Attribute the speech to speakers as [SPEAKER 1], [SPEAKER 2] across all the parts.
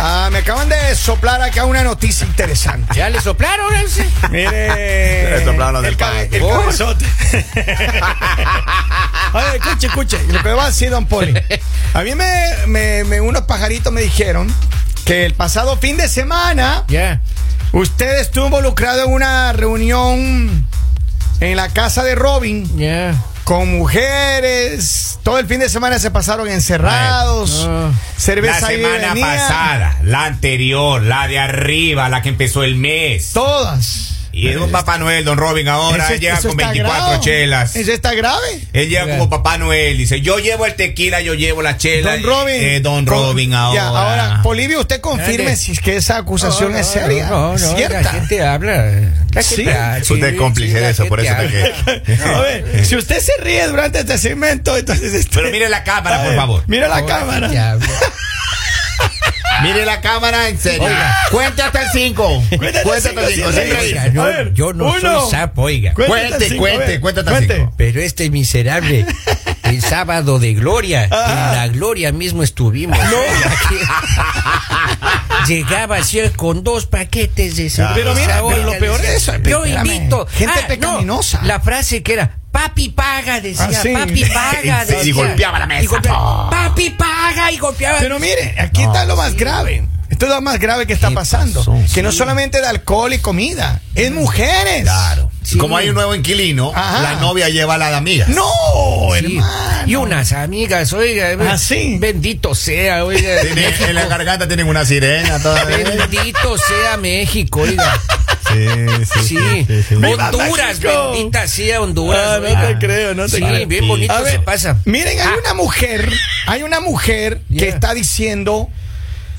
[SPEAKER 1] Ah, me acaban de soplar acá una noticia interesante.
[SPEAKER 2] Ya le soplaron ¿eh? ese.
[SPEAKER 1] Mire.
[SPEAKER 3] Le soplaron los del
[SPEAKER 1] el cabe-
[SPEAKER 3] PAN.
[SPEAKER 1] el
[SPEAKER 3] Oh.
[SPEAKER 1] cabezote. A ver, escuche, escuche. Lo que va así, don Poli. A mí me, me- me- unos pajaritos me dijeron que el pasado fin de semana
[SPEAKER 2] Ya.
[SPEAKER 1] usted estuvo involucrado en una reunión en la casa de Robin
[SPEAKER 2] Ya.
[SPEAKER 1] con mujeres. Todo el fin de semana se pasaron encerrados.
[SPEAKER 2] Bueno, no.
[SPEAKER 1] Cerveza
[SPEAKER 3] La
[SPEAKER 1] ahí
[SPEAKER 3] semana
[SPEAKER 1] venía,
[SPEAKER 3] pasada, la anterior, la de arriba, la que empezó el mes.
[SPEAKER 1] Todas.
[SPEAKER 3] Y es don Papá Noel, don Robin, ahora
[SPEAKER 1] Eso-
[SPEAKER 3] llega
[SPEAKER 1] eso
[SPEAKER 3] con
[SPEAKER 1] está
[SPEAKER 3] 24
[SPEAKER 1] grave.
[SPEAKER 3] chelas.
[SPEAKER 1] Eso está grave.
[SPEAKER 3] Él llega
[SPEAKER 2] Claro.
[SPEAKER 3] como Papá Noel, dice, yo llevo el tequila, yo llevo la chela.
[SPEAKER 1] Don Robin.
[SPEAKER 3] Eh, don
[SPEAKER 1] Con-
[SPEAKER 3] Robin ahora.
[SPEAKER 1] Ya, ahora, Polivio, usted confirme
[SPEAKER 2] Espérate.
[SPEAKER 1] si es que esa acusación es seria.
[SPEAKER 2] No, no, no, La
[SPEAKER 1] cierta.
[SPEAKER 2] gente habla. eh. La
[SPEAKER 1] Sí.
[SPEAKER 2] gente ha- sí,
[SPEAKER 3] Usted es cómplice
[SPEAKER 2] sí,
[SPEAKER 3] de
[SPEAKER 2] la
[SPEAKER 3] eso, por eso
[SPEAKER 2] gente
[SPEAKER 3] está
[SPEAKER 2] habla.
[SPEAKER 3] que...
[SPEAKER 1] A ver, si usted se ríe durante este segmento, entonces. este-
[SPEAKER 3] Eh. Pero mire la cámara,
[SPEAKER 1] A
[SPEAKER 3] por
[SPEAKER 1] ver,
[SPEAKER 3] favor.
[SPEAKER 1] Mira la
[SPEAKER 2] Ahora sí
[SPEAKER 1] cámara.
[SPEAKER 2] que habla.
[SPEAKER 3] Mire la cámara, en serio.
[SPEAKER 2] Oiga.
[SPEAKER 3] Cuenta hasta el 5.
[SPEAKER 1] Cuéntate cinco,
[SPEAKER 3] cinco,
[SPEAKER 1] sí,
[SPEAKER 3] siempre
[SPEAKER 1] sí,
[SPEAKER 3] ahí.
[SPEAKER 2] Oiga,
[SPEAKER 1] sí.
[SPEAKER 2] no,
[SPEAKER 1] A ver,
[SPEAKER 2] yo no
[SPEAKER 1] uno.
[SPEAKER 2] soy sapo, oiga.
[SPEAKER 1] Cuéntate
[SPEAKER 3] Cuente,
[SPEAKER 1] cinco,
[SPEAKER 3] cuente,
[SPEAKER 1] a ver.
[SPEAKER 3] cuente hasta cinco.
[SPEAKER 2] Pero este miserable, el sábado de gloria,
[SPEAKER 1] Ah.
[SPEAKER 2] en la gloria mismo estuvimos. Llegaba así con dos paquetes de cerveza.
[SPEAKER 1] Pero mira, pero lo
[SPEAKER 2] oiga,
[SPEAKER 1] peor
[SPEAKER 2] decía,
[SPEAKER 1] de eso,
[SPEAKER 2] Yo
[SPEAKER 1] espérame,
[SPEAKER 2] invito.
[SPEAKER 1] gente
[SPEAKER 2] Ah, no,
[SPEAKER 1] pecaminosa.
[SPEAKER 2] la frase que era, papi paga, decía,
[SPEAKER 1] Ah, sí.
[SPEAKER 2] papi paga.
[SPEAKER 3] Y- y
[SPEAKER 2] decía.
[SPEAKER 3] golpeaba la mesa.
[SPEAKER 2] Y golpeaba, papi paga y golpeaba.
[SPEAKER 1] Pero mire, aquí está lo más grave. Esto es lo más grave que está
[SPEAKER 2] ¿Qué
[SPEAKER 1] pasando.
[SPEAKER 2] pasó? Mm.
[SPEAKER 1] Que no solamente de alcohol y comida, es mujeres.
[SPEAKER 3] Claro.
[SPEAKER 2] Sí.
[SPEAKER 3] Como hay un nuevo inquilino,
[SPEAKER 1] Ajá.
[SPEAKER 3] la novia lleva a la amiga.
[SPEAKER 1] No,
[SPEAKER 2] Sí.
[SPEAKER 1] hermano.
[SPEAKER 2] Y unas amigas, oiga.
[SPEAKER 1] Ah, sí.
[SPEAKER 2] Bendito sea, oiga.
[SPEAKER 3] Tiene- en la garganta tienen una sirena todavía.
[SPEAKER 2] Bendito sea México, oiga.
[SPEAKER 3] Sí,
[SPEAKER 2] Sí.
[SPEAKER 3] Viva
[SPEAKER 2] Honduras,
[SPEAKER 1] México!
[SPEAKER 2] bendita sea Honduras.
[SPEAKER 1] Ah, no
[SPEAKER 2] oiga.
[SPEAKER 1] te creo, no te
[SPEAKER 2] sí,
[SPEAKER 1] creo.
[SPEAKER 2] bien bonito
[SPEAKER 1] A
[SPEAKER 2] se
[SPEAKER 1] ver,
[SPEAKER 2] pasa.
[SPEAKER 1] Miren, hay una mujer, hay una mujer
[SPEAKER 2] Yeah.
[SPEAKER 1] que está diciendo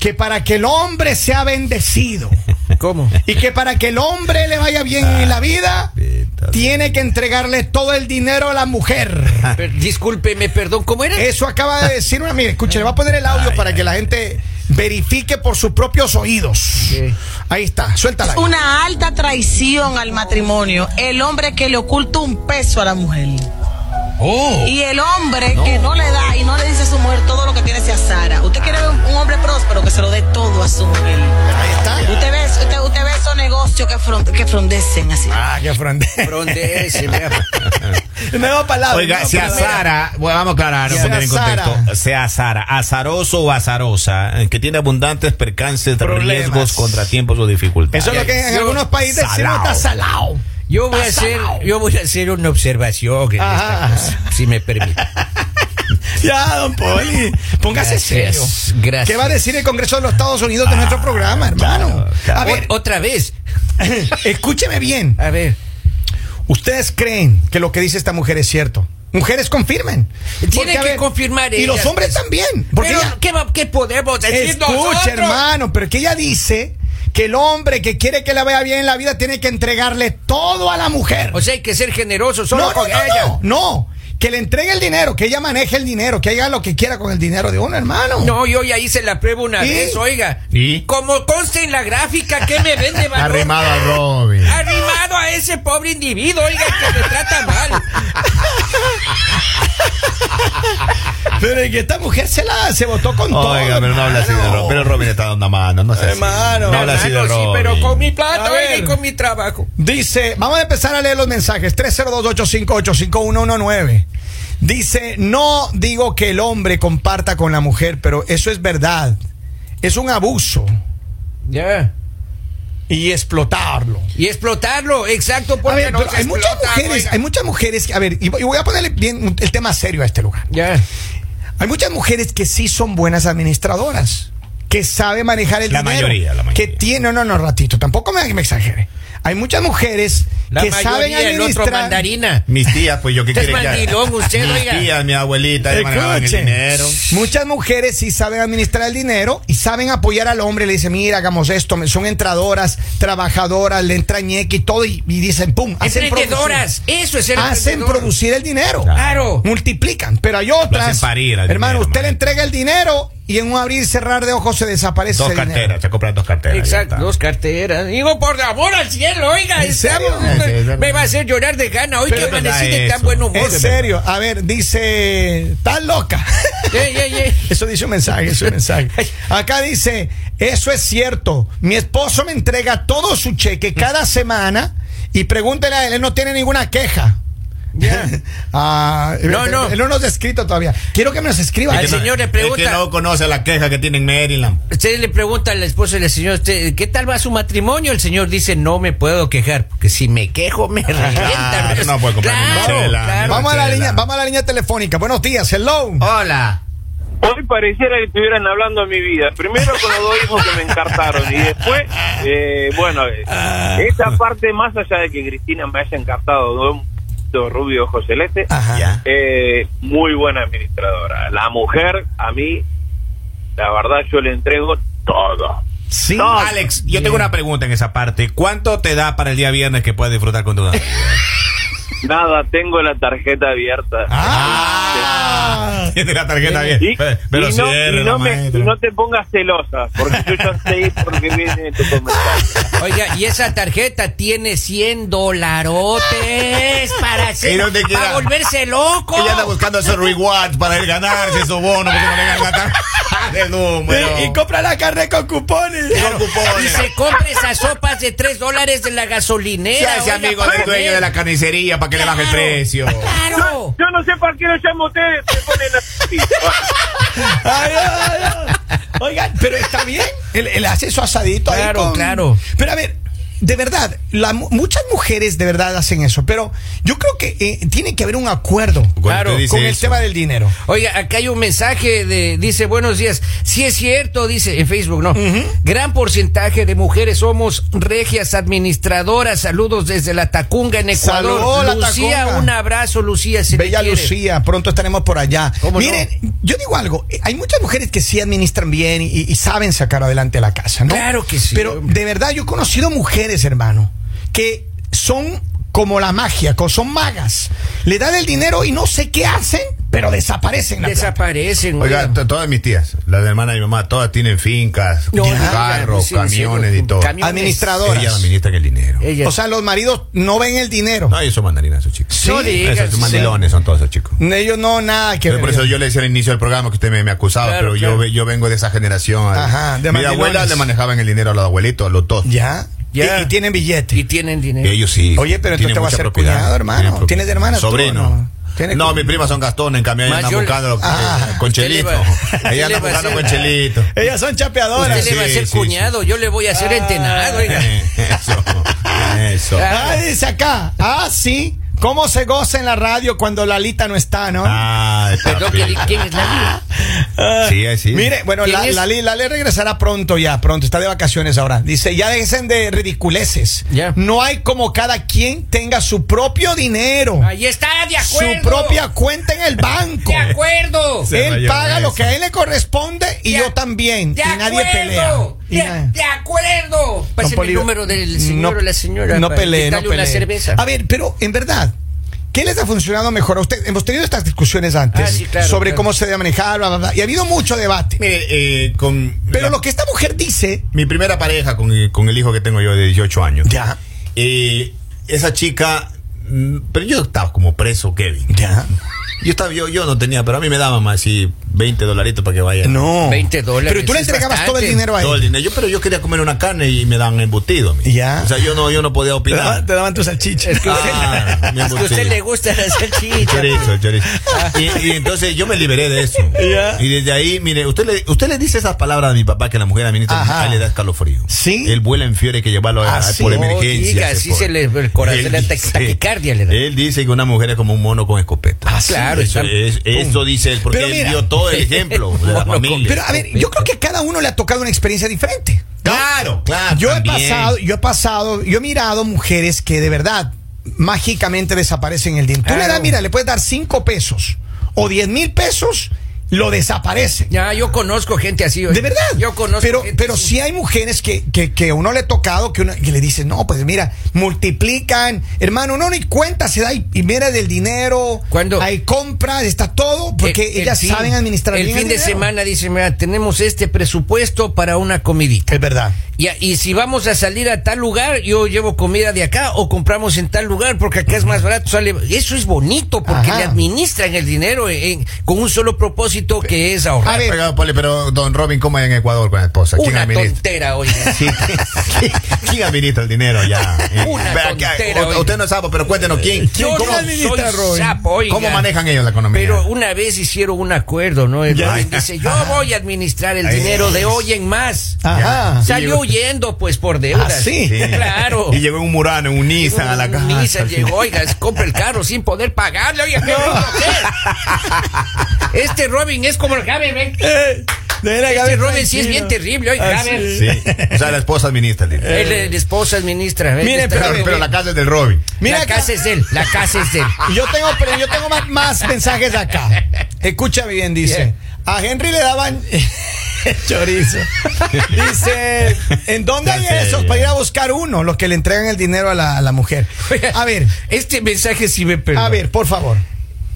[SPEAKER 1] que para que el hombre sea bendecido
[SPEAKER 2] ¿Cómo?
[SPEAKER 1] y que para que el hombre le vaya bien en la vida, tiene que entregarle todo el dinero a la mujer.
[SPEAKER 2] Per- discúlpeme, perdón, ¿cómo era?
[SPEAKER 1] Eso acaba de decir una. Mire, escuche, le voy a poner el audio para que la gente verifique por sus propios oídos.
[SPEAKER 2] Ok.
[SPEAKER 1] Ahí está, suéltala.
[SPEAKER 4] Es una alta traición al matrimonio. El hombre que le oculta un peso a la mujer.
[SPEAKER 2] Oh.
[SPEAKER 4] Y el hombre que no le da y no le dice a su mujer todo lo que tiene hacia Sara. Usted quiere ver un, un hombre próspero que se lo dé todo a su mujer.
[SPEAKER 1] Ahí está.
[SPEAKER 4] Usted ve, usted, usted ve esos negocios que, fron- que frondecen así.
[SPEAKER 1] Ah, qué fronde.
[SPEAKER 2] Fronde ese, vea.
[SPEAKER 1] Nueva palabra.
[SPEAKER 3] Oiga,
[SPEAKER 1] nueva
[SPEAKER 3] si a
[SPEAKER 1] palabra.
[SPEAKER 3] Sara, bueno, vamos a aclarar,
[SPEAKER 1] Sea
[SPEAKER 3] poner en contexto.
[SPEAKER 1] Sara.
[SPEAKER 3] Sea Sara, azaroso o azarosa, eh, que tiene abundantes percances,
[SPEAKER 1] Problemas.
[SPEAKER 3] riesgos, contratiempos o dificultades.
[SPEAKER 1] Eso es lo que en
[SPEAKER 2] Yo-
[SPEAKER 1] algunos países decimos
[SPEAKER 3] Salao.
[SPEAKER 1] está salado.
[SPEAKER 2] Yo voy a hacer, yo voy a hacer una observación en esta
[SPEAKER 1] Ajá.
[SPEAKER 2] cosa, si me permite.
[SPEAKER 1] Ya, don Poli. Póngase
[SPEAKER 2] Gracias,
[SPEAKER 1] serio.
[SPEAKER 2] gracias. Ah,
[SPEAKER 1] ¿Qué va a decir el Congreso de los Estados Unidos de nuestro programa, hermano? A ver,
[SPEAKER 2] O- otra vez.
[SPEAKER 1] escúcheme bien.
[SPEAKER 2] A ver.
[SPEAKER 1] ¿Ustedes creen que lo que dice esta mujer es cierto? Mujeres confirmen.
[SPEAKER 2] Tienen
[SPEAKER 1] Porque, a
[SPEAKER 2] que confirmar
[SPEAKER 1] Y
[SPEAKER 2] ellas,
[SPEAKER 1] los hombres
[SPEAKER 2] pues.
[SPEAKER 1] también. Porque
[SPEAKER 2] Pero,
[SPEAKER 1] ella-
[SPEAKER 2] ¿qué, va- qué podemos decir nosotros?
[SPEAKER 1] Escucha, hermano, pero que ella dice que el hombre que quiere que la vaya bien en la vida tiene que entregarle todo a la mujer.
[SPEAKER 2] O sea, hay que ser generoso solo
[SPEAKER 1] no, no,
[SPEAKER 2] con
[SPEAKER 1] no,
[SPEAKER 2] ella.
[SPEAKER 1] no, no. Que le entregue el dinero, que ella maneje el dinero, que haga lo que quiera con el dinero de uno, hermano.
[SPEAKER 2] No, yo ya hice la prueba una
[SPEAKER 1] ¿Y?
[SPEAKER 2] vez, oiga.
[SPEAKER 3] ¿Y?
[SPEAKER 2] Como conste en la gráfica que me vende valor.
[SPEAKER 3] Arrimado a Robin.
[SPEAKER 2] Arrimado a ese pobre individuo, oiga, que me trata mal.
[SPEAKER 1] Pero es que esta mujer se la se votó con todo.
[SPEAKER 3] Oiga, pero no habla así de Robin. Pero Robin le está dando mano, no sé.
[SPEAKER 1] Hermano.
[SPEAKER 3] No habla así de
[SPEAKER 2] Hermano, sí,
[SPEAKER 3] Robin.
[SPEAKER 2] pero con mi
[SPEAKER 1] A
[SPEAKER 2] plata, oiga,
[SPEAKER 1] ver.
[SPEAKER 2] y con mi trabajo.
[SPEAKER 1] Dice, vamos a empezar a leer los mensajes. 302-858-5119. Dice, no digo que el hombre comparta con la mujer, pero eso es verdad. Es un abuso
[SPEAKER 2] Ya.
[SPEAKER 1] y explotarlo.
[SPEAKER 2] Y explotarlo, exacto,
[SPEAKER 1] A
[SPEAKER 2] porque
[SPEAKER 1] ver,
[SPEAKER 2] no
[SPEAKER 1] pero
[SPEAKER 2] se
[SPEAKER 1] hay muchas
[SPEAKER 2] explota,
[SPEAKER 1] mujeres,
[SPEAKER 2] oiga.
[SPEAKER 1] hay muchas mujeres, que- a ver, y voy y voy a ponerle bien un- el tema serio a este lugar.
[SPEAKER 2] Ya.
[SPEAKER 1] Hay muchas mujeres que sí son buenas administradoras, que sabe manejar el
[SPEAKER 3] La
[SPEAKER 1] dinero.
[SPEAKER 3] mayoría, la mayoría.
[SPEAKER 1] Que tiene, no, no, no, ratito, tampoco me, me exagere. Hay muchas mujeres
[SPEAKER 2] La
[SPEAKER 1] que saben
[SPEAKER 2] mayoría, el otro
[SPEAKER 1] administrar.
[SPEAKER 2] mandarina.
[SPEAKER 3] Mis tías, pues yo qué
[SPEAKER 2] Usted es
[SPEAKER 3] quiere que haga.
[SPEAKER 2] mandilón, usted,
[SPEAKER 3] Mis
[SPEAKER 2] oiga.
[SPEAKER 3] tías, mi abuelita, ellas manejaban el
[SPEAKER 1] Escuchen.
[SPEAKER 3] dinero.
[SPEAKER 1] Muchas mujeres sí saben administrar el dinero y saben apoyar al hombre. Le dicen, mira, hagamos esto. Son entradoras, trabajadoras, le entran ñeque y todo. Y, y dicen, pum, hacen
[SPEAKER 2] Emprendedoras, eso es
[SPEAKER 1] producir,
[SPEAKER 2] el
[SPEAKER 1] hacen producir el dinero.
[SPEAKER 2] Claro.
[SPEAKER 1] Multiplican. Pero hay
[SPEAKER 3] Lo
[SPEAKER 1] otras.
[SPEAKER 3] hacen parir al
[SPEAKER 1] hermano,
[SPEAKER 3] dinero,
[SPEAKER 1] usted le
[SPEAKER 3] man.
[SPEAKER 1] entrega el dinero y en un abrir y cerrar de ojos se desaparece.
[SPEAKER 3] Dos
[SPEAKER 1] ese dinero.
[SPEAKER 3] carteras, se compran dos carteras. ya
[SPEAKER 2] Exacto,
[SPEAKER 3] está.
[SPEAKER 2] dos carteras. Digo, por amor al cielo, oiga,
[SPEAKER 1] ¿En serio?
[SPEAKER 2] estamos-
[SPEAKER 3] Sí, sí, es verdad.
[SPEAKER 2] me va a hacer llorar de gana hoy
[SPEAKER 3] Pero
[SPEAKER 2] que
[SPEAKER 3] es verdad
[SPEAKER 2] amanecí de tan
[SPEAKER 3] eso.
[SPEAKER 2] buen humor.
[SPEAKER 1] En serio. A ver, dice, estás loca.
[SPEAKER 2] Ey, ey, ey.
[SPEAKER 1] Eso dice un mensaje, es un mensaje. Acá dice, Eso es cierto. Mi esposo me entrega todo su cheque cada semana y pregúntele a él, él no tiene ninguna queja. Ah,
[SPEAKER 2] No,
[SPEAKER 1] él-
[SPEAKER 2] no.
[SPEAKER 1] Él no nos ha escrito todavía. Quiero que me nos escriba.
[SPEAKER 2] El
[SPEAKER 1] él.
[SPEAKER 3] Es que no-
[SPEAKER 2] señor le
[SPEAKER 3] es
[SPEAKER 2] pregunta-
[SPEAKER 3] que no conoce la queja que tiene en Maryland.
[SPEAKER 2] Usted le pregunta a la esposa de la señora, usted, ¿qué tal va su matrimonio? El señor dice, no me puedo quejar, porque si me quejo me revienta.
[SPEAKER 3] Ah, no puede comprar ah,
[SPEAKER 2] Claro,
[SPEAKER 3] una chela,
[SPEAKER 2] claro.
[SPEAKER 1] vamos, a la
[SPEAKER 3] Chela.
[SPEAKER 1] línea, vamos a la línea telefónica. Buenos días, hello.
[SPEAKER 2] Oh. Hola.
[SPEAKER 5] Hoy pareciera que estuvieran hablando a mi vida. Primero con los dos hijos que me encartaron y después, eh, bueno, eh,
[SPEAKER 3] Ah.
[SPEAKER 5] esa parte más allá de que Cristina me haya encartado de un de rubio ojo celeste,
[SPEAKER 1] Ajá.
[SPEAKER 3] Ya.
[SPEAKER 5] eh, muy buena administradora. La mujer, a mí, la verdad, yo le entrego todo.
[SPEAKER 1] Sí.
[SPEAKER 3] No, Alex, yo tengo una pregunta en esa parte. ¿Cuánto te da para el día viernes que puedas disfrutar con tu novia?
[SPEAKER 5] Nada, tengo la tarjeta abierta.
[SPEAKER 1] Ah.
[SPEAKER 3] Tiene la tarjeta bien.
[SPEAKER 5] Y,
[SPEAKER 3] Pero
[SPEAKER 5] y no, y
[SPEAKER 3] cierre la
[SPEAKER 5] no me-
[SPEAKER 3] maestra.
[SPEAKER 5] y no te pongas celosa, porque yo ya sé por qué viene tu comentario.
[SPEAKER 2] Oiga, y esa tarjeta tiene 100 dolarotes para, hacer-
[SPEAKER 3] Y no te
[SPEAKER 2] para
[SPEAKER 3] queda-
[SPEAKER 2] volverse loco.
[SPEAKER 3] Ella anda buscando esos rewards para él ganarse esos bonos porque no le ganan la tarjeta de número.
[SPEAKER 1] Y, y compra la carne con cupones.
[SPEAKER 3] Con cupones.
[SPEAKER 2] Y se compra esas sopas de 3 dólares de la
[SPEAKER 3] Se
[SPEAKER 2] gasolinera.
[SPEAKER 3] hace
[SPEAKER 2] oiga,
[SPEAKER 3] amigo
[SPEAKER 2] para
[SPEAKER 3] del dueño
[SPEAKER 2] comer.
[SPEAKER 3] de la carnicería para que le baje el
[SPEAKER 2] Claro.
[SPEAKER 3] precio.
[SPEAKER 2] Claro.
[SPEAKER 5] Yo no sé para qué lo llamo a ustedes, me ponen así.
[SPEAKER 1] Ay, ay, ay. Oigan, pero está bien. Él, él hace su asadito ahí.
[SPEAKER 2] Claro,
[SPEAKER 1] con-
[SPEAKER 2] claro.
[SPEAKER 1] Pero a ver, de verdad, la mu- muchas mujeres de verdad hacen eso. Pero yo creo que eh, tiene que haber un acuerdo
[SPEAKER 3] Cuando te dice
[SPEAKER 1] con el
[SPEAKER 3] eso.
[SPEAKER 1] tema del dinero.
[SPEAKER 2] Oiga, acá hay un mensaje de, dice, buenos días. Si es cierto, dice en Facebook, no. Gran porcentaje de mujeres somos regias administradoras. Saludos desde la Tacunga en Ecuador.
[SPEAKER 1] Saludos, la
[SPEAKER 2] Lucía,
[SPEAKER 1] Tacunga.
[SPEAKER 2] un abrazo, Lucía. si le
[SPEAKER 1] Bella
[SPEAKER 2] quiere.
[SPEAKER 1] Lucía, pronto estaremos por allá.
[SPEAKER 2] ¿Cómo no?
[SPEAKER 1] Miren, yo digo algo, eh, hay muchas mujeres que sí administran bien y, y saben sacar adelante la casa, ¿no?
[SPEAKER 2] Claro que sí.
[SPEAKER 1] Pero de verdad yo he conocido mujeres, hermano, que son como la magia, co- son magas. Le dan el dinero y no sé qué hacen, pero desaparecen. La plata.
[SPEAKER 2] Desaparecen.
[SPEAKER 3] Oiga,
[SPEAKER 2] oiga.
[SPEAKER 3] to- todas mis tías, las hermanas de mi mamá, todas tienen fincas,
[SPEAKER 2] No,
[SPEAKER 3] tienen
[SPEAKER 2] oiga,
[SPEAKER 3] carros,
[SPEAKER 2] sí,
[SPEAKER 3] camiones
[SPEAKER 2] sí,
[SPEAKER 3] y todo.
[SPEAKER 2] camiones.
[SPEAKER 1] Administradoras.
[SPEAKER 3] Ellas administran el dinero.
[SPEAKER 2] Ella-
[SPEAKER 1] O sea, los maridos no ven el dinero.
[SPEAKER 3] No, ellos son mandarinas esos chicos.
[SPEAKER 2] No digas,
[SPEAKER 3] esos
[SPEAKER 2] sí.
[SPEAKER 3] mandilones son todos esos chicos.
[SPEAKER 1] Ellos no, nada que
[SPEAKER 3] Pero por
[SPEAKER 1] ver.
[SPEAKER 3] eso yo le decía al inicio del programa que usted me, me acusaba,
[SPEAKER 2] Claro,
[SPEAKER 3] pero
[SPEAKER 2] claro.
[SPEAKER 3] Yo, ve- yo vengo de esa generación.
[SPEAKER 1] Ajá, de
[SPEAKER 3] Mi
[SPEAKER 1] mandilones.
[SPEAKER 3] abuela le manejaban el dinero a los abuelitos, a los dos.
[SPEAKER 1] Ya.
[SPEAKER 2] Ya.
[SPEAKER 1] Y, y tienen billete.
[SPEAKER 2] y tienen dinero.
[SPEAKER 3] Ellos sí.
[SPEAKER 1] Oye, pero entonces
[SPEAKER 3] tienen
[SPEAKER 1] te va a
[SPEAKER 3] mucha
[SPEAKER 1] ser
[SPEAKER 3] propiedad.
[SPEAKER 1] cuñado, hermano.
[SPEAKER 3] Tienen propiedad.
[SPEAKER 1] ¿Tienes hermanas tú o
[SPEAKER 3] Sobrino.
[SPEAKER 1] no? ¿Tienes
[SPEAKER 3] No,
[SPEAKER 1] cu-
[SPEAKER 3] mis primas son Gastón, en cambio, ella
[SPEAKER 2] Más
[SPEAKER 3] anda
[SPEAKER 2] yo le-
[SPEAKER 3] buscando
[SPEAKER 1] Ah.
[SPEAKER 3] eh, con
[SPEAKER 2] Usted le
[SPEAKER 3] Chelito.
[SPEAKER 2] va- usted
[SPEAKER 3] Ella
[SPEAKER 2] le
[SPEAKER 3] anda
[SPEAKER 2] va a
[SPEAKER 3] buscando
[SPEAKER 2] hacer-
[SPEAKER 3] con Chelito.
[SPEAKER 1] Ellas son
[SPEAKER 2] Usted
[SPEAKER 1] chapeadoras.
[SPEAKER 2] le va a
[SPEAKER 3] Sí,
[SPEAKER 2] ser
[SPEAKER 3] sí,
[SPEAKER 2] cuñado, yo le voy a hacer entenado. oiga.
[SPEAKER 3] Eso. Eso.
[SPEAKER 1] Ah, dice acá. Ah, sí. ¿Cómo se goza en la radio cuando Lalita no está, no?
[SPEAKER 3] Ay,
[SPEAKER 2] Ah. Perdón, ¿quién
[SPEAKER 3] papito.
[SPEAKER 2] quién es
[SPEAKER 1] Ah.
[SPEAKER 2] la vida?
[SPEAKER 3] Ah, Sí, sí.
[SPEAKER 1] Mire, bueno,
[SPEAKER 2] ¿Quién
[SPEAKER 1] la,
[SPEAKER 2] es?
[SPEAKER 1] Lali, Lali regresará pronto ya, pronto, está de vacaciones ahora. Dice, ya dejen de ridiculeces.
[SPEAKER 2] Ya.
[SPEAKER 1] No hay como cada quien tenga su propio dinero,
[SPEAKER 2] Ahí está, de acuerdo.
[SPEAKER 1] su propia cuenta en el banco.
[SPEAKER 2] De acuerdo.
[SPEAKER 3] Se
[SPEAKER 1] él
[SPEAKER 3] rayó
[SPEAKER 1] paga
[SPEAKER 3] con
[SPEAKER 1] lo
[SPEAKER 3] eso.
[SPEAKER 1] que a él le corresponde y
[SPEAKER 2] De
[SPEAKER 1] yo
[SPEAKER 2] ac-
[SPEAKER 1] también.
[SPEAKER 2] De
[SPEAKER 1] y nadie pelea.
[SPEAKER 2] acuerdo,
[SPEAKER 1] Y
[SPEAKER 2] De,
[SPEAKER 1] nadie-
[SPEAKER 2] de acuerdo. Pues Pásame el
[SPEAKER 1] Polibio,
[SPEAKER 2] número del señor o la señora.
[SPEAKER 1] No
[SPEAKER 2] para
[SPEAKER 1] peleen, no Ah,
[SPEAKER 2] quitarle una
[SPEAKER 1] peleen.
[SPEAKER 2] cerveza.
[SPEAKER 1] A ver, pero en verdad, ¿qué les ha funcionado mejor a usted? Hemos tenido estas discusiones antes
[SPEAKER 2] Ah, sí, claro,
[SPEAKER 1] sobre
[SPEAKER 2] claro.
[SPEAKER 1] cómo se debe manejar, bla, bla, bla, y ha habido mucho debate.
[SPEAKER 3] Mire, eh, con.
[SPEAKER 1] pero
[SPEAKER 3] la-
[SPEAKER 1] lo que esta mujer dice,
[SPEAKER 3] Mi primera pareja con, con el hijo que tengo yo de 18 años.
[SPEAKER 1] Ya.
[SPEAKER 3] Eh, esa chica. mm, Pero yo estaba como preso, Kevin.
[SPEAKER 1] ya,
[SPEAKER 3] Yo, estaba, yo, yo no tenía, pero a mí me daban más así 20 dolaritos para que vaya.
[SPEAKER 1] no.
[SPEAKER 2] 20 dólares
[SPEAKER 1] Pero tú le
[SPEAKER 2] es
[SPEAKER 1] entregabas
[SPEAKER 2] bastante.
[SPEAKER 1] todo el dinero a
[SPEAKER 3] Todo el
[SPEAKER 1] él.
[SPEAKER 3] dinero. Yo, pero yo quería comer una carne y me daban embutido. mi.
[SPEAKER 1] Ya.
[SPEAKER 3] O sea, yo no, yo no podía
[SPEAKER 1] Te
[SPEAKER 3] opinar.
[SPEAKER 1] daban, te daban tu salchicha.
[SPEAKER 2] Es que usted,
[SPEAKER 3] Ah, mi
[SPEAKER 2] es que a usted
[SPEAKER 3] embutido.
[SPEAKER 2] le gusta la
[SPEAKER 3] El
[SPEAKER 2] salchicha.
[SPEAKER 3] chorizo, el chorizo. Y, y entonces yo me liberé de eso.
[SPEAKER 1] Ya.
[SPEAKER 3] Y desde ahí, mire, usted le, usted le dice esas palabras a mi papá que la mujer administra,
[SPEAKER 1] Ajá.
[SPEAKER 3] ahí le da escalofrío.
[SPEAKER 1] Sí.
[SPEAKER 3] Él vuela en fiebre que llevarlo a,
[SPEAKER 1] Ah, sí.
[SPEAKER 3] por
[SPEAKER 1] No
[SPEAKER 3] emergencia. pues,
[SPEAKER 2] diga, así se le- el corazón le da ta- taquicardia, le da.
[SPEAKER 3] Él dice que una mujer es como un mono con escopeta.
[SPEAKER 2] Ah, sí. Claro,
[SPEAKER 3] Eso,
[SPEAKER 2] está-
[SPEAKER 3] es- eso dice él, porque
[SPEAKER 1] Pero
[SPEAKER 3] él
[SPEAKER 1] mira.
[SPEAKER 3] dio todo el ejemplo de
[SPEAKER 2] Mono
[SPEAKER 3] la
[SPEAKER 2] con-
[SPEAKER 3] familia.
[SPEAKER 1] Pero a ver, yo creo que a cada uno le ha tocado una experiencia diferente.
[SPEAKER 3] Claro,
[SPEAKER 2] Ah,
[SPEAKER 3] claro.
[SPEAKER 1] Yo he
[SPEAKER 3] también.
[SPEAKER 1] pasado, yo he pasado, yo he mirado mujeres que de verdad mágicamente desaparecen el dinero. Tú le
[SPEAKER 2] Claro.
[SPEAKER 1] das, mira, le puedes dar cinco pesos o diez mil pesos, lo desaparece.
[SPEAKER 2] Ya, yo conozco gente así. oiga.
[SPEAKER 1] De verdad.
[SPEAKER 2] Yo conozco.
[SPEAKER 1] Pero,
[SPEAKER 2] gente
[SPEAKER 1] pero
[SPEAKER 2] así.
[SPEAKER 1] sí hay mujeres que, que, que uno le ha tocado, que, uno, que le dicen, no, pues mira, multiplican. Hermano, uno ni cuenta se da y, y mira del dinero.
[SPEAKER 2] ¿Cuándo?
[SPEAKER 1] Hay compras, está todo, porque
[SPEAKER 2] El- el
[SPEAKER 1] ellas
[SPEAKER 2] fin-
[SPEAKER 1] saben administrar
[SPEAKER 2] El
[SPEAKER 1] bien
[SPEAKER 2] fin de
[SPEAKER 1] dinero.
[SPEAKER 2] semana dice, mira, tenemos este presupuesto para una comidita.
[SPEAKER 1] Es verdad.
[SPEAKER 2] Y, y si vamos a salir a tal lugar, yo llevo comida de acá o compramos en tal lugar porque acá es más barato. Sale. Eso es bonito porque
[SPEAKER 1] Ajá.
[SPEAKER 2] le administran el dinero en- en- con un solo propósito éxito que es ahorrar.
[SPEAKER 1] A ver.
[SPEAKER 3] Pegado, Poli, pero don Robin, ¿cómo hay en Ecuador con la esposa? Ah, ¿Quién
[SPEAKER 2] Una
[SPEAKER 3] administra?
[SPEAKER 2] tontera, oye.
[SPEAKER 3] Sí. ¿Quién- ¿Quién administra el dinero ya? Eh,
[SPEAKER 2] Una
[SPEAKER 3] vea, ¿qué-
[SPEAKER 2] tontera,
[SPEAKER 3] o-
[SPEAKER 2] oye.
[SPEAKER 3] usted no sabe, pero cuéntenos quién. quién
[SPEAKER 2] Yo
[SPEAKER 3] cómo,
[SPEAKER 2] no
[SPEAKER 1] administra,
[SPEAKER 2] soy
[SPEAKER 1] Robin?
[SPEAKER 2] sapo, oiga.
[SPEAKER 3] cómo manejan ellos la economía?
[SPEAKER 2] Pero una vez hicieron un acuerdo, ¿no? El
[SPEAKER 3] Ya.
[SPEAKER 2] Robin dice, yo voy a administrar el
[SPEAKER 3] Ahí
[SPEAKER 2] dinero de
[SPEAKER 3] es. Ah,
[SPEAKER 2] hoy en más.
[SPEAKER 1] Ajá.
[SPEAKER 2] Salió
[SPEAKER 3] llegó-
[SPEAKER 2] huyendo, pues, por deudas.
[SPEAKER 1] Ah, sí.
[SPEAKER 3] Sí.
[SPEAKER 2] Claro.
[SPEAKER 3] Y llegó en un Murano, en un Nissan a la
[SPEAKER 2] Un
[SPEAKER 3] casa.
[SPEAKER 2] Nissan llegó, oiga, es- compra el carro sin poder pagarle, oiga, ¿qué vamos a hacer? Este Robin es como el Gabe, ven.
[SPEAKER 1] De veras,
[SPEAKER 2] Este
[SPEAKER 1] Gaby,
[SPEAKER 2] Robin sí es
[SPEAKER 1] tranquilo. Ah,
[SPEAKER 2] bien terrible, oiga,
[SPEAKER 1] Así
[SPEAKER 2] Gabe.
[SPEAKER 3] Sí. O sea, la esposa administra el dinero.
[SPEAKER 2] Él, eh, la esposa administra. ven,
[SPEAKER 1] Miren,
[SPEAKER 2] está
[SPEAKER 3] Pero,
[SPEAKER 2] bien.
[SPEAKER 3] pero la casa es del Robin.
[SPEAKER 1] Mira
[SPEAKER 2] la
[SPEAKER 1] acá.
[SPEAKER 2] casa es de él, la casa es de él.
[SPEAKER 1] Yo tengo, pero yo tengo más, más mensajes acá. Escucha bien, dice. A Henry le daban chorizo. Dice, ¿en dónde
[SPEAKER 3] Ya
[SPEAKER 1] hay
[SPEAKER 3] sé,
[SPEAKER 1] esos
[SPEAKER 3] ya.
[SPEAKER 1] para ir a buscar uno? Los que le entregan el dinero a la, a la mujer. A ver,
[SPEAKER 2] Este mensaje sí me perdón.
[SPEAKER 1] a ver, por favor.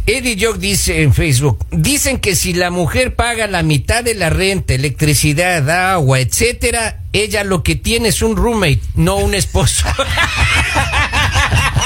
[SPEAKER 2] Eddie Jock dice en Facebook, dicen que si la mujer paga la mitad de la renta, electricidad, agua, etcétera, ella lo que tiene es un roommate, no un esposo.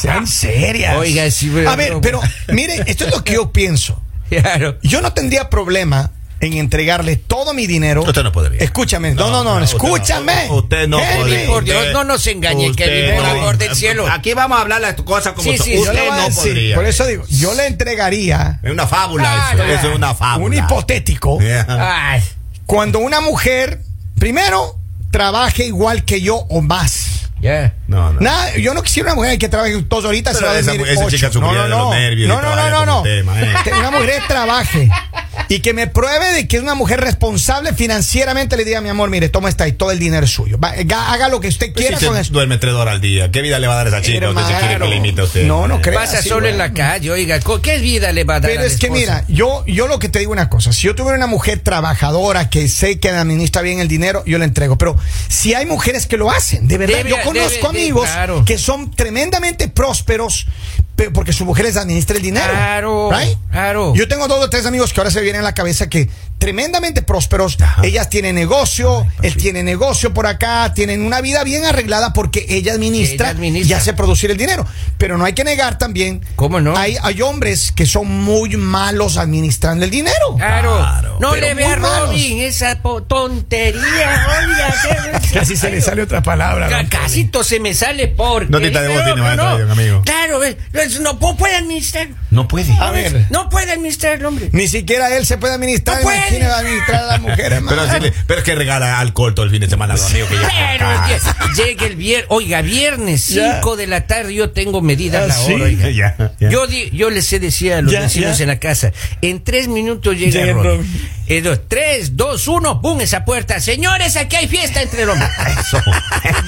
[SPEAKER 1] Sean serias.
[SPEAKER 2] Oiga, sí, pero-
[SPEAKER 1] A ver, pero mire, esto es lo que yo pienso.
[SPEAKER 2] claro.
[SPEAKER 1] Yo no tendría problema en entregarle todo mi dinero.
[SPEAKER 3] Usted no podría.
[SPEAKER 1] Escúchame, no, no, no,
[SPEAKER 3] usted
[SPEAKER 1] escúchame.
[SPEAKER 3] Usted no
[SPEAKER 1] Henry,
[SPEAKER 3] podría.
[SPEAKER 2] por Dios, no nos engañe, Kevin, por amor del cielo.
[SPEAKER 3] Aquí vamos a hablar las cosas como
[SPEAKER 2] Sí,
[SPEAKER 3] son.
[SPEAKER 2] sí, yo
[SPEAKER 1] yo le
[SPEAKER 3] usted
[SPEAKER 1] voy a
[SPEAKER 3] no
[SPEAKER 1] decir,
[SPEAKER 3] podría.
[SPEAKER 1] Por eso digo, yo le entregaría
[SPEAKER 3] Es una fábula
[SPEAKER 2] Ah,
[SPEAKER 3] eso.
[SPEAKER 2] ya.
[SPEAKER 3] Eso es una fábula.
[SPEAKER 1] un hipotético
[SPEAKER 3] Yeah.
[SPEAKER 2] Ay,
[SPEAKER 1] cuando una mujer, primero, trabaje igual que yo o más.
[SPEAKER 2] ya.
[SPEAKER 3] No, no.
[SPEAKER 1] Nada, yo no quisiera una mujer que trabaje dos horitas se
[SPEAKER 3] Pero
[SPEAKER 1] va a
[SPEAKER 3] esa-
[SPEAKER 1] dormir
[SPEAKER 3] esa
[SPEAKER 1] ocho.
[SPEAKER 3] chica
[SPEAKER 1] no,
[SPEAKER 3] sufría
[SPEAKER 1] no,
[SPEAKER 3] de
[SPEAKER 1] no.
[SPEAKER 3] los nervios y
[SPEAKER 1] no, no, no,
[SPEAKER 3] todavía
[SPEAKER 1] no,
[SPEAKER 3] con
[SPEAKER 1] no.
[SPEAKER 3] el tema, eh.
[SPEAKER 1] Que Una mujer trabaje y que me pruebe de que es una mujer responsable financieramente le diga, mi amor, mire, toma esta y todo el dinero es suyo. Va, haga haga lo que usted
[SPEAKER 3] Pues
[SPEAKER 1] quiera
[SPEAKER 3] si
[SPEAKER 1] con
[SPEAKER 3] usted
[SPEAKER 1] eso.
[SPEAKER 3] duerme tres horas al día. ¿Qué vida le va a dar esa chica? Usted se quiere que le imite a usted.
[SPEAKER 1] No, no creo.
[SPEAKER 2] Pasa
[SPEAKER 1] Sí,
[SPEAKER 2] solo en la
[SPEAKER 1] bueno.
[SPEAKER 2] calle, oiga, ¿con ¿qué vida le va a dar
[SPEAKER 1] Pero
[SPEAKER 2] a la
[SPEAKER 1] es que
[SPEAKER 2] esposa?
[SPEAKER 1] mira, yo, yo lo que te digo una cosa, si yo tuviera una mujer trabajadora que sé que administra bien el dinero, yo la entrego. Pero si hay mujeres que lo hacen, de verdad,
[SPEAKER 2] Debe-
[SPEAKER 1] yo
[SPEAKER 2] debe-
[SPEAKER 1] conozco amigos
[SPEAKER 2] de- claro.
[SPEAKER 1] que son tremendamente prósperos pe- porque su mujer les administra el dinero.
[SPEAKER 2] Claro,
[SPEAKER 1] Right?
[SPEAKER 2] claro.
[SPEAKER 1] Yo tengo dos o tres amigos que ahora se vienen a la cabeza que tremendamente prósperos,
[SPEAKER 3] Ajá.
[SPEAKER 1] ellas tienen negocio, él tiene negocio por acá, tienen una vida bien arreglada porque ella administra,
[SPEAKER 2] Ella administra.
[SPEAKER 1] y hace producir el dinero. Pero no hay que negar también
[SPEAKER 2] ¿Cómo no?
[SPEAKER 1] hay, hay hombres que son muy malos administrando el dinero.
[SPEAKER 2] Claro.
[SPEAKER 3] Claro.
[SPEAKER 2] No
[SPEAKER 1] Pero
[SPEAKER 2] le vea a
[SPEAKER 1] muy malos.
[SPEAKER 2] Robin esa po- tontería, oiga. ¿qué-
[SPEAKER 1] sale otra palabra.
[SPEAKER 2] Ca- Casito se me sale por.
[SPEAKER 3] Notita de voz tiene, maestro, don amigo.
[SPEAKER 2] Claro, eh, es- no po- puede administrar.
[SPEAKER 3] No puede.
[SPEAKER 1] A ver,
[SPEAKER 2] No puede administrar el hombre.
[SPEAKER 1] ni siquiera él se puede administrar,
[SPEAKER 2] No puede.
[SPEAKER 1] imagínate administrar a las mujeres.
[SPEAKER 3] Pero,
[SPEAKER 1] hermano.
[SPEAKER 3] si le- pero es que regala alcohol todo el fin de semana a los amigos que llegan
[SPEAKER 2] Pero
[SPEAKER 3] acá.
[SPEAKER 2] es que llega el viernes. Oiga, viernes 5 de la tarde yo tengo medida a la
[SPEAKER 1] Ah,
[SPEAKER 2] hora. oiga.
[SPEAKER 3] Ya, ya.
[SPEAKER 2] Yo, di- yo les he decía a los
[SPEAKER 1] Ya,
[SPEAKER 2] vecinos
[SPEAKER 1] ya.
[SPEAKER 2] en la casa, en tres minutos llega
[SPEAKER 1] Llega
[SPEAKER 2] el
[SPEAKER 1] el
[SPEAKER 2] Robin.
[SPEAKER 1] Robin.
[SPEAKER 2] Eh, dos, tres, dos, uno, ¡pum! Esa puerta. Señores, aquí hay fiesta entre el hombre.
[SPEAKER 3] Eso.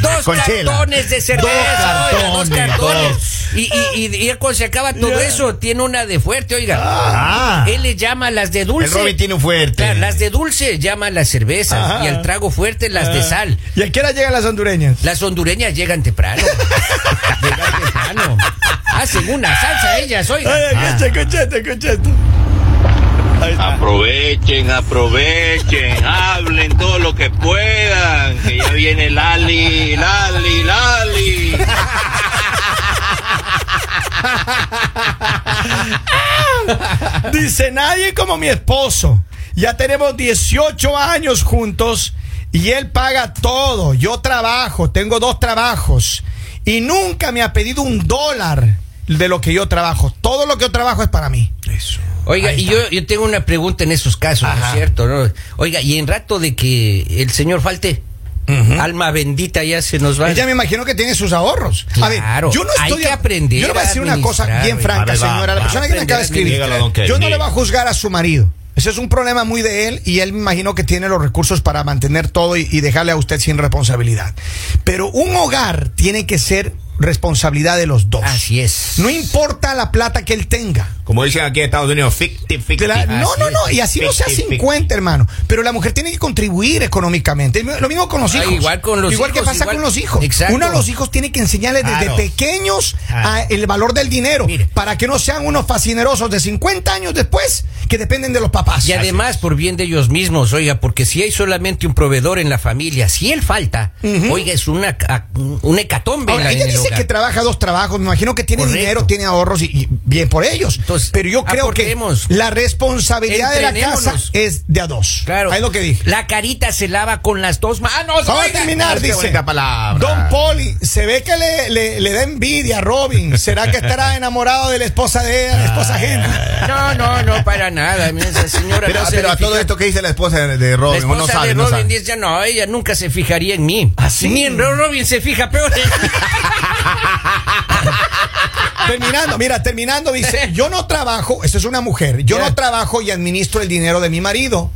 [SPEAKER 2] Dos
[SPEAKER 3] Con chela.
[SPEAKER 2] cartones de cerveza, oiga, dos
[SPEAKER 3] Dos cartones.
[SPEAKER 2] cartones.
[SPEAKER 3] dos.
[SPEAKER 2] Y, y, y- y ya cuando se acaba todo eso, tiene una de fuerte, oiga.
[SPEAKER 3] Ah.
[SPEAKER 2] Él le llama las de dulce.
[SPEAKER 3] El Robin tiene un fuerte.
[SPEAKER 2] Claro, las de dulce llama las cervezas
[SPEAKER 1] Ajá.
[SPEAKER 2] y al trago fuerte las
[SPEAKER 3] Ah.
[SPEAKER 2] de sal.
[SPEAKER 1] ¿Y a qué hora llegan las hondureñas?
[SPEAKER 2] Las hondureñas llegan temprano. llegan temprano. Hacen una salsa ellas, oiga.
[SPEAKER 3] Ah.
[SPEAKER 1] escuchate, escuchate.
[SPEAKER 6] Aprovechen, aprovechen, hablen todo lo que puedan, que ya viene Lali, Lali, Lali.
[SPEAKER 1] Dice, nadie como mi esposo. Ya tenemos 18 años juntos y él paga todo. Yo trabajo, tengo dos trabajos y nunca me ha pedido un dólar de lo que yo trabajo. Todo lo que yo trabajo es para mí.
[SPEAKER 3] Eso.
[SPEAKER 2] Oiga, y yo, yo tengo una pregunta en esos casos, ¿no es cierto? no? Oiga, y en rato de que el señor falte, alma bendita ya se nos va.
[SPEAKER 1] Ella Pues me imagino que tiene sus ahorros. a ver,
[SPEAKER 2] Claro,
[SPEAKER 1] yo no
[SPEAKER 2] hay
[SPEAKER 1] estoy.
[SPEAKER 2] que aprender
[SPEAKER 1] yo le voy a decir una cosa
[SPEAKER 2] a
[SPEAKER 1] bien
[SPEAKER 2] administrar,
[SPEAKER 1] franca,
[SPEAKER 3] a ver, va,
[SPEAKER 1] señora. la
[SPEAKER 3] va,
[SPEAKER 1] persona que me acaba de
[SPEAKER 2] aprender a
[SPEAKER 1] escribir.
[SPEAKER 3] administrar. Dígalo, don Kevin.
[SPEAKER 1] Yo no le voy a juzgar a su marido. Ese es un problema muy de él y él me imagino que tiene los recursos para mantener todo y, y dejarle a usted sin responsabilidad. Pero un hogar tiene que ser responsabilidad de los dos.
[SPEAKER 2] Así es.
[SPEAKER 1] No importa la plata que él tenga.
[SPEAKER 3] Como dicen aquí en Estados Unidos, ficti, ficti.
[SPEAKER 1] Cla- no,
[SPEAKER 2] Así
[SPEAKER 1] no,
[SPEAKER 2] es.
[SPEAKER 1] no, y así no sea
[SPEAKER 3] Ficti, ficti.
[SPEAKER 1] 50, hermano. Pero la mujer tiene que contribuir económicamente. Lo mismo con los
[SPEAKER 2] Ah,
[SPEAKER 1] hijos.
[SPEAKER 2] igual con los
[SPEAKER 1] Igual que
[SPEAKER 2] hijos,
[SPEAKER 1] pasa
[SPEAKER 2] igual-
[SPEAKER 1] con los hijos.
[SPEAKER 2] Exacto. Ah.
[SPEAKER 1] Uno a los hijos tiene que enseñarles desde
[SPEAKER 3] Claro.
[SPEAKER 1] pequeños
[SPEAKER 3] Claro.
[SPEAKER 1] a el valor del dinero
[SPEAKER 2] Mire.
[SPEAKER 1] para que no sean unos fascinerosos de 50 años después que dependen de los papás.
[SPEAKER 2] Y además por bien de ellos mismos, oiga, porque si hay solamente un proveedor en la familia, si él falta, oiga, es una, ca- un hecatombe en
[SPEAKER 1] Ahora,
[SPEAKER 2] la-
[SPEAKER 1] ella
[SPEAKER 2] en el
[SPEAKER 1] dice gente que trabaja dos trabajos, me imagino que tiene
[SPEAKER 2] Correcto.
[SPEAKER 1] dinero, tiene ahorros y, y bien por ellos.
[SPEAKER 2] Entonces,
[SPEAKER 1] Pero yo creo que
[SPEAKER 2] aportemos.
[SPEAKER 1] la responsabilidad de la casa
[SPEAKER 2] Entrenémonos.
[SPEAKER 1] es de a dos.
[SPEAKER 2] Claro.
[SPEAKER 1] Es lo que dije.
[SPEAKER 2] La carita se lava con las dos manos.
[SPEAKER 1] Vamos a
[SPEAKER 2] oiga.
[SPEAKER 1] terminar,
[SPEAKER 3] qué
[SPEAKER 1] dice.
[SPEAKER 3] bonita palabra.
[SPEAKER 1] Don Poli, se ve que le, le- le da envidia a Robin. ¿Será que estará enamorado de la esposa de ella, la esposa ajena?
[SPEAKER 2] No, no, no, para nada. Mira, esa señora
[SPEAKER 3] Pero,
[SPEAKER 2] no se
[SPEAKER 3] pero a
[SPEAKER 2] le
[SPEAKER 3] todo
[SPEAKER 2] fija.
[SPEAKER 3] esto que dice la esposa de- de
[SPEAKER 2] La
[SPEAKER 3] Robin,
[SPEAKER 2] esposa
[SPEAKER 3] no sabe,
[SPEAKER 2] de
[SPEAKER 3] no
[SPEAKER 2] Robin
[SPEAKER 3] sabe.
[SPEAKER 2] dice, no, ella nunca se fijaría en mí.
[SPEAKER 1] ¿sí?
[SPEAKER 2] Ni en Ro- Robin se fija peor.
[SPEAKER 1] terminando, mira, terminando, dice, yo no trabajo, esa es una mujer, yo
[SPEAKER 2] Ya.
[SPEAKER 1] no trabajo y administro el dinero de mi marido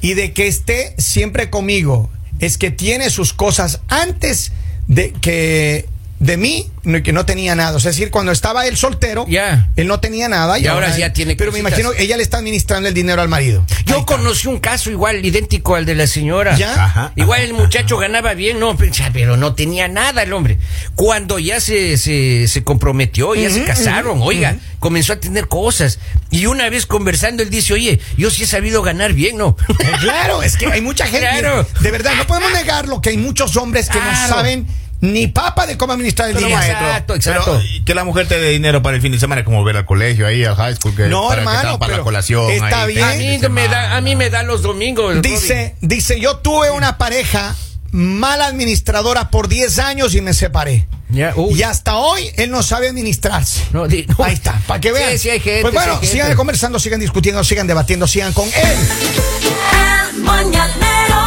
[SPEAKER 1] y de que esté siempre conmigo. Es que tiene sus cosas antes de que de mí, no- que no tenía nada. O sea, es decir, cuando estaba él soltero,
[SPEAKER 2] Ya.
[SPEAKER 1] él no tenía nada.
[SPEAKER 2] Y ahora ya
[SPEAKER 1] él-
[SPEAKER 2] tiene
[SPEAKER 1] Pero me
[SPEAKER 2] cositas.
[SPEAKER 1] imagino, ella le está administrando el dinero al marido.
[SPEAKER 2] Yo conocí un caso igual, idéntico al de la señora.
[SPEAKER 1] ¿Ya?
[SPEAKER 3] Ajá.
[SPEAKER 2] Igual el muchacho ganaba bien, no, pensá, pero no tenía nada el hombre. Cuando ya se, se, se comprometió, ya se casaron, oiga, comenzó a tener cosas. Y una vez conversando, él dice, oye, yo sí he sabido ganar bien, ¿no?
[SPEAKER 1] Eh, Claro, es que hay mucha gente.
[SPEAKER 2] Claro.
[SPEAKER 1] mira, De verdad, no podemos negarlo que hay muchos hombres que no
[SPEAKER 2] Claro.
[SPEAKER 1] saben ni papa de cómo administrar el
[SPEAKER 3] Pero,
[SPEAKER 1] dinero.
[SPEAKER 2] maestro, Exacto, exacto.
[SPEAKER 3] pero, y que la mujer te dé dinero para el fin de semana es como ver al colegio ahí, al high school. Que,
[SPEAKER 1] No,
[SPEAKER 3] para que
[SPEAKER 1] hermano,
[SPEAKER 3] tal, para
[SPEAKER 1] pero
[SPEAKER 3] la colación.
[SPEAKER 1] está
[SPEAKER 3] ahí,
[SPEAKER 1] bien.
[SPEAKER 2] A
[SPEAKER 3] fin de
[SPEAKER 2] mí, me da,
[SPEAKER 3] semana.
[SPEAKER 2] a mí me da los domingos.
[SPEAKER 1] Dice, dice, yo tuve una pareja mal administradora por 10 años y me separé.
[SPEAKER 2] Robin. Ya, uh.
[SPEAKER 1] Y hasta hoy él no sabe administrarse.
[SPEAKER 2] No, di- no.
[SPEAKER 1] Ahí está, para que vean.
[SPEAKER 2] Sí, sí hay gente,
[SPEAKER 1] pues
[SPEAKER 2] sí
[SPEAKER 1] bueno,
[SPEAKER 2] hay gente.
[SPEAKER 1] sigan conversando, sigan discutiendo, sigan debatiendo, sigan con él.
[SPEAKER 7] El mañanero